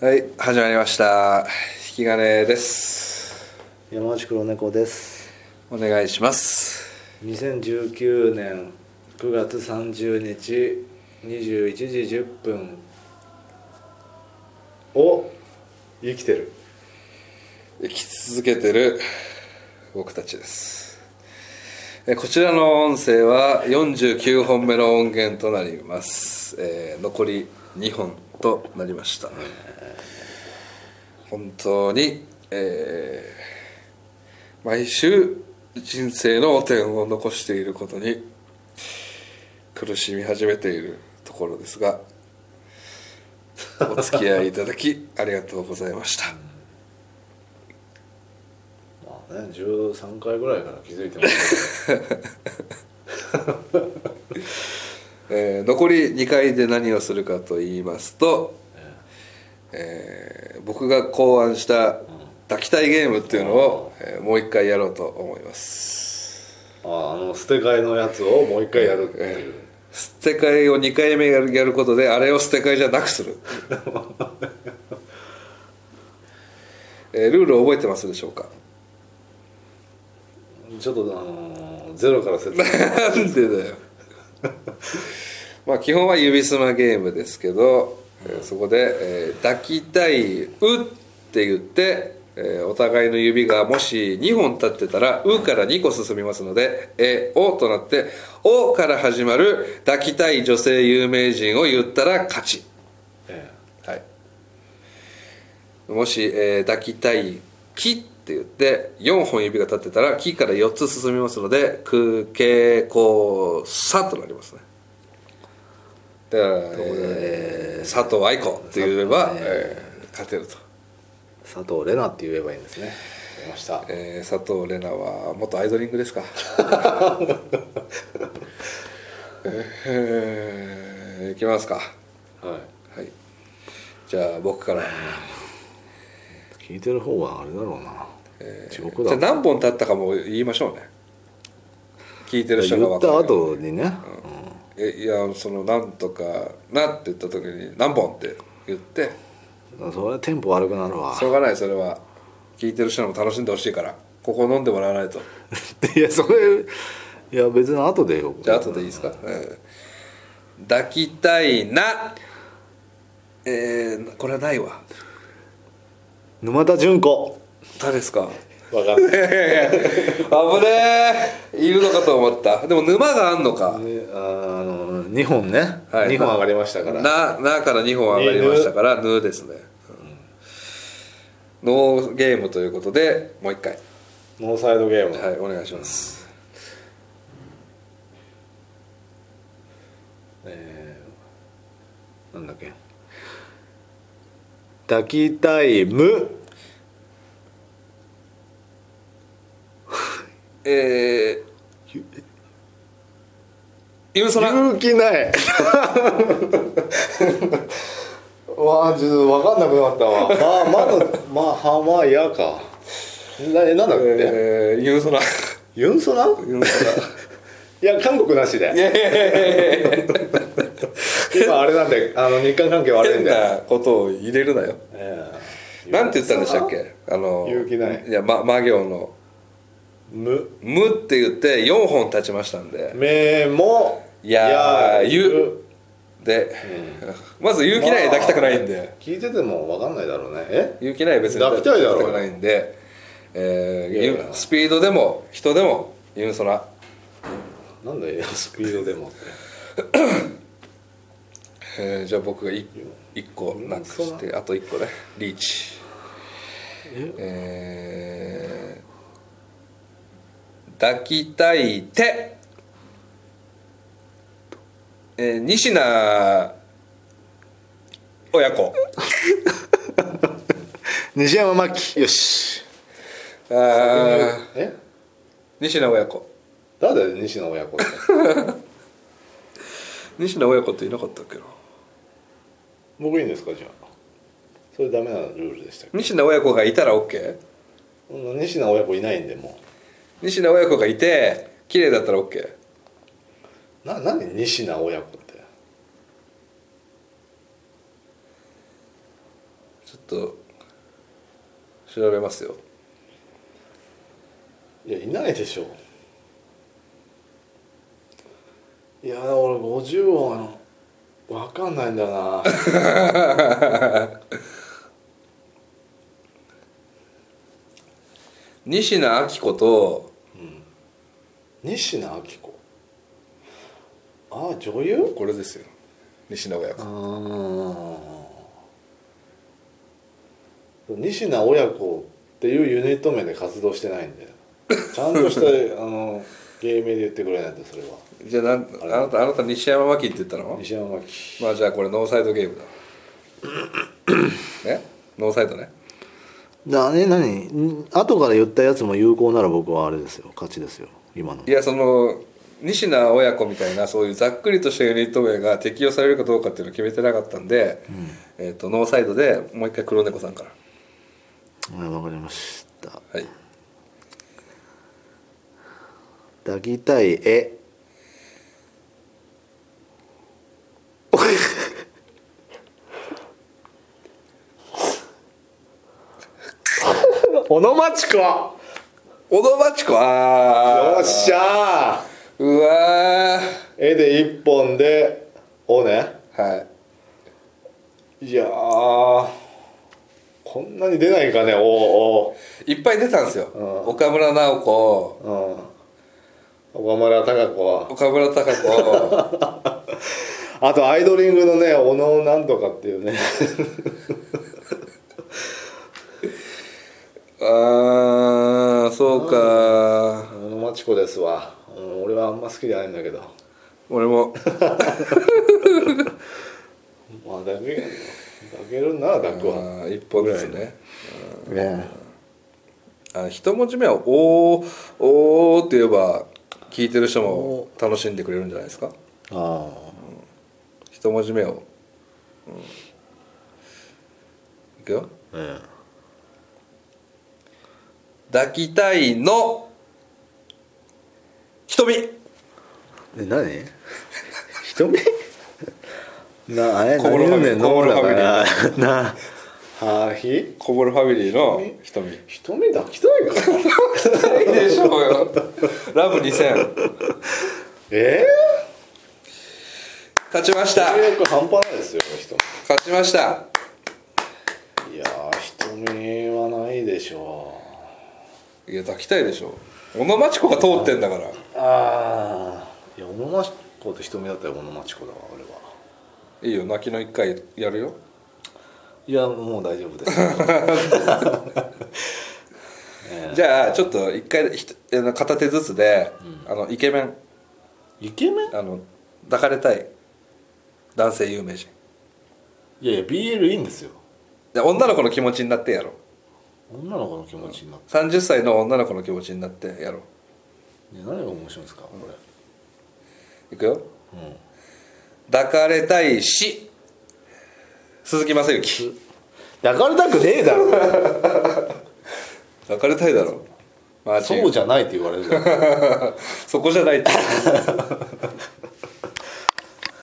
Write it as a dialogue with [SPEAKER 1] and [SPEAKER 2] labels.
[SPEAKER 1] はい始まりました引き金です
[SPEAKER 2] 山内黒猫です
[SPEAKER 1] お願いします
[SPEAKER 2] 2019年9月30日21時10分を生きてる
[SPEAKER 1] 生き続けてる僕たちですえこちらの音声は49本目の音源となります、えー残り2本となりました本当に、えー毎週人生の汚点を残していることに苦しみ始めているところですがお付き合いいただきありがとうございました
[SPEAKER 2] まあね13回ぐらいから気づいてます
[SPEAKER 1] えー残り2回で何をするかと言いますと、えー僕が考案した抱きたいゲームっていうのを、えーもう一回やろうと思います
[SPEAKER 2] けど あああの捨て替えのやつをもう一回やるっていう
[SPEAKER 1] 捨て替えを2回目やるやることであれを捨て替えじゃなく する、えールールを覚えてますでしょうか
[SPEAKER 2] ちょっとあのーゼロから説 明
[SPEAKER 1] なんでだよまあ基本は指すまゲームですけど、えーそこで、えー抱きたい「う」って言って、えーお互いの指がもし2本立ってたら「う」から2個進みますので「え」「お」となって「お」から始まる抱きたい女性有名人を言ったら勝ち、
[SPEAKER 2] え
[SPEAKER 1] はい、もし、えー抱きたい「き」って言って4本指が立ってたら「き」から4つ進みますので「く」「け」「こ」「さ」となりますねだから、えー佐藤愛子って言えば、えー勝てると、
[SPEAKER 2] え佐藤玲奈って言えばいいんですね出ました
[SPEAKER 1] えー佐藤玲奈は元アイドリングですかえーいきますか
[SPEAKER 2] はい
[SPEAKER 1] はいじゃあ僕から
[SPEAKER 2] 聞いてる方はあれだろうな、地獄
[SPEAKER 1] じゃあ
[SPEAKER 2] だ
[SPEAKER 1] 何本経ったかも言いましょうね聞いてる人が
[SPEAKER 2] 言
[SPEAKER 1] 分
[SPEAKER 2] っ
[SPEAKER 1] かる
[SPEAKER 2] た後にね、
[SPEAKER 1] えいやその「なんとかな」って言った時に「何本?」って言って
[SPEAKER 2] うんそれはテンポ悪くなるわ
[SPEAKER 1] しょうがないそれは聞いてる人も楽しんでほしいからここ飲んでもらわないと
[SPEAKER 2] いやそれいや別に後でよ
[SPEAKER 1] じゃあ後でいいですか、うん抱きたいなえー、これはないわ
[SPEAKER 2] 沼田純子
[SPEAKER 1] 誰ですか
[SPEAKER 2] わかんな
[SPEAKER 1] い
[SPEAKER 2] い
[SPEAKER 1] やいや 危ねえいるのかと思ったでも沼があんのか
[SPEAKER 2] あの2本ね、
[SPEAKER 1] はい
[SPEAKER 2] 二2本上がりましたから
[SPEAKER 1] な、なから2本上がりましたから、ぬですね。うんノーゲームということで、もう一回、
[SPEAKER 2] ノーサイドゲーム、
[SPEAKER 1] はい、お願いします。
[SPEAKER 2] えーなんだっけ抱きたいむ
[SPEAKER 1] えー、ゆうそら、
[SPEAKER 2] 勇気ない わあちょっと分かんなくなったわまあまずまあ浜やかななんだっけ、
[SPEAKER 1] えー、ゆうそら、
[SPEAKER 2] ユンソナ
[SPEAKER 1] ゆうそ
[SPEAKER 2] いや韓国なしで
[SPEAKER 1] ら。いやいやいやいや
[SPEAKER 2] 今あれなんであの日韓関係 悪いん
[SPEAKER 1] 変
[SPEAKER 2] で、
[SPEAKER 1] なことを入れるなよ。
[SPEAKER 2] ええ
[SPEAKER 1] なんて言ったんでしたっけあの、
[SPEAKER 2] 勇気ない
[SPEAKER 1] や、ま、魔行の、
[SPEAKER 2] む
[SPEAKER 1] むって言って4本立ちましたんで、
[SPEAKER 2] めも
[SPEAKER 1] やーゆで、 まず勇気ない抱きたくないんで。
[SPEAKER 2] 聞いてても分かんないだろうねえ
[SPEAKER 1] 勇気ない別に
[SPEAKER 2] 抱きたいだろうよ
[SPEAKER 1] くないんで、えー
[SPEAKER 2] いやいや
[SPEAKER 1] ゆスピードでも人でもユンソナ
[SPEAKER 2] なんだよスピードでも
[SPEAKER 1] えーじゃあ僕が 1, 個なくしてあと1個ねリーチえー抱きたい手えー、西名親子
[SPEAKER 2] 西山真紀よし
[SPEAKER 1] あー
[SPEAKER 2] え
[SPEAKER 1] 西名親子
[SPEAKER 2] 誰だよ西野親子って
[SPEAKER 1] 西名親子っていなかったっけな
[SPEAKER 2] 僕いいんですかじゃあそれダメなルールでしたっ
[SPEAKER 1] 西名親子がいたら OK?
[SPEAKER 2] けうん西野親子いないんでも
[SPEAKER 1] 西名親子がいて綺麗だったら OK
[SPEAKER 2] うな何西野親子って
[SPEAKER 1] ちょっと調べますよ
[SPEAKER 2] いやいないでしょいや俺50音わかんないんだ よな
[SPEAKER 1] 西野明子と
[SPEAKER 2] 西野明子ああ女優
[SPEAKER 1] これですよ西野親
[SPEAKER 2] あ
[SPEAKER 1] 子
[SPEAKER 2] ー西野親子っていうユニット名で活動してないんだ よちゃんとしたあの芸名で言ってくれないとそれは
[SPEAKER 1] じゃあなんあなたあなた西山真紀って言ったの
[SPEAKER 2] 西山真紀
[SPEAKER 1] まあじゃあこれノーサイドゲームだねノーサイドね
[SPEAKER 2] だね何ん後から言ったやつも有効なら僕はあれですよ勝ちですよ今の
[SPEAKER 1] いやその西名親子みたいなそういうざっくりとしたユニット名が適用されるかどうかっていうのを決めてなかったんで、えっとノーサイドでもう一回黒猫さんから
[SPEAKER 2] はいわかりました
[SPEAKER 1] はい
[SPEAKER 2] 抱きたい 絵オノマチコよ
[SPEAKER 1] オドバチコあ
[SPEAKER 2] っしゃー
[SPEAKER 1] ーうわ
[SPEAKER 2] 絵で一本でおね
[SPEAKER 1] ーはい
[SPEAKER 2] いやーこんなに出ないかねお
[SPEAKER 1] いっぱい出たんですよ、
[SPEAKER 2] ん
[SPEAKER 1] 岡村直子
[SPEAKER 2] おうん岡村孝子は
[SPEAKER 1] 岡村孝子
[SPEAKER 2] あとアイドリングのね小野なんとかっていうね
[SPEAKER 1] あーそうか
[SPEAKER 2] 小野真知子ですわうん俺はあんま好きじゃないんだけど
[SPEAKER 1] 俺も
[SPEAKER 2] まあ抱け抱けるなら抱く
[SPEAKER 1] あ
[SPEAKER 2] わ
[SPEAKER 1] ー一本ですね
[SPEAKER 2] ね
[SPEAKER 1] あ一文字目は「おーおー」って言えば聞いてる人も楽しんでくれるんじゃないですか
[SPEAKER 2] あ
[SPEAKER 1] 一文字目を、うん、いくよ
[SPEAKER 2] あうん
[SPEAKER 1] 「抱きたいの瞳
[SPEAKER 2] え何瞳なあれ
[SPEAKER 1] コブロ
[SPEAKER 2] 何有名
[SPEAKER 1] コブ
[SPEAKER 2] の
[SPEAKER 1] ロ
[SPEAKER 2] だか
[SPEAKER 1] フ
[SPEAKER 2] らなはひ」
[SPEAKER 1] コボルファミリーの瞳
[SPEAKER 2] 瞳抱きたいか
[SPEAKER 1] いいでしょうよラブ2000
[SPEAKER 2] え
[SPEAKER 1] 勝ちまし
[SPEAKER 2] え
[SPEAKER 1] た
[SPEAKER 2] ー、力半端ないですよ
[SPEAKER 1] 勝ちました
[SPEAKER 2] 瞳いやー瞳はないでしょ
[SPEAKER 1] いや抱きたいでしょ小野真知子が通ってんだから
[SPEAKER 2] うああいや小野町子と瞳だったら小野町子だわ俺はい
[SPEAKER 1] いよ泣きの一回やるよ
[SPEAKER 2] いやもう大丈夫です
[SPEAKER 1] じゃあちょっと一回ひとあの片手ずつで、あのイケメン
[SPEAKER 2] イケメン
[SPEAKER 1] あの抱かれたい男性有名人
[SPEAKER 2] いやいや BL いいんですよ
[SPEAKER 1] で女の子の気持ちになってやろう
[SPEAKER 2] 女の子の気持ちになって
[SPEAKER 1] 30歳の女の子の気持ちになってやろ
[SPEAKER 2] ね何が面白いんですかこ
[SPEAKER 1] ういくよ
[SPEAKER 2] れうん
[SPEAKER 1] 抱かれたいし鈴木雅之
[SPEAKER 2] 抱かれたくねえだろ
[SPEAKER 1] 抱かれたいだろマジ
[SPEAKER 2] そうじゃないって言われるじゃん
[SPEAKER 1] そこじゃないって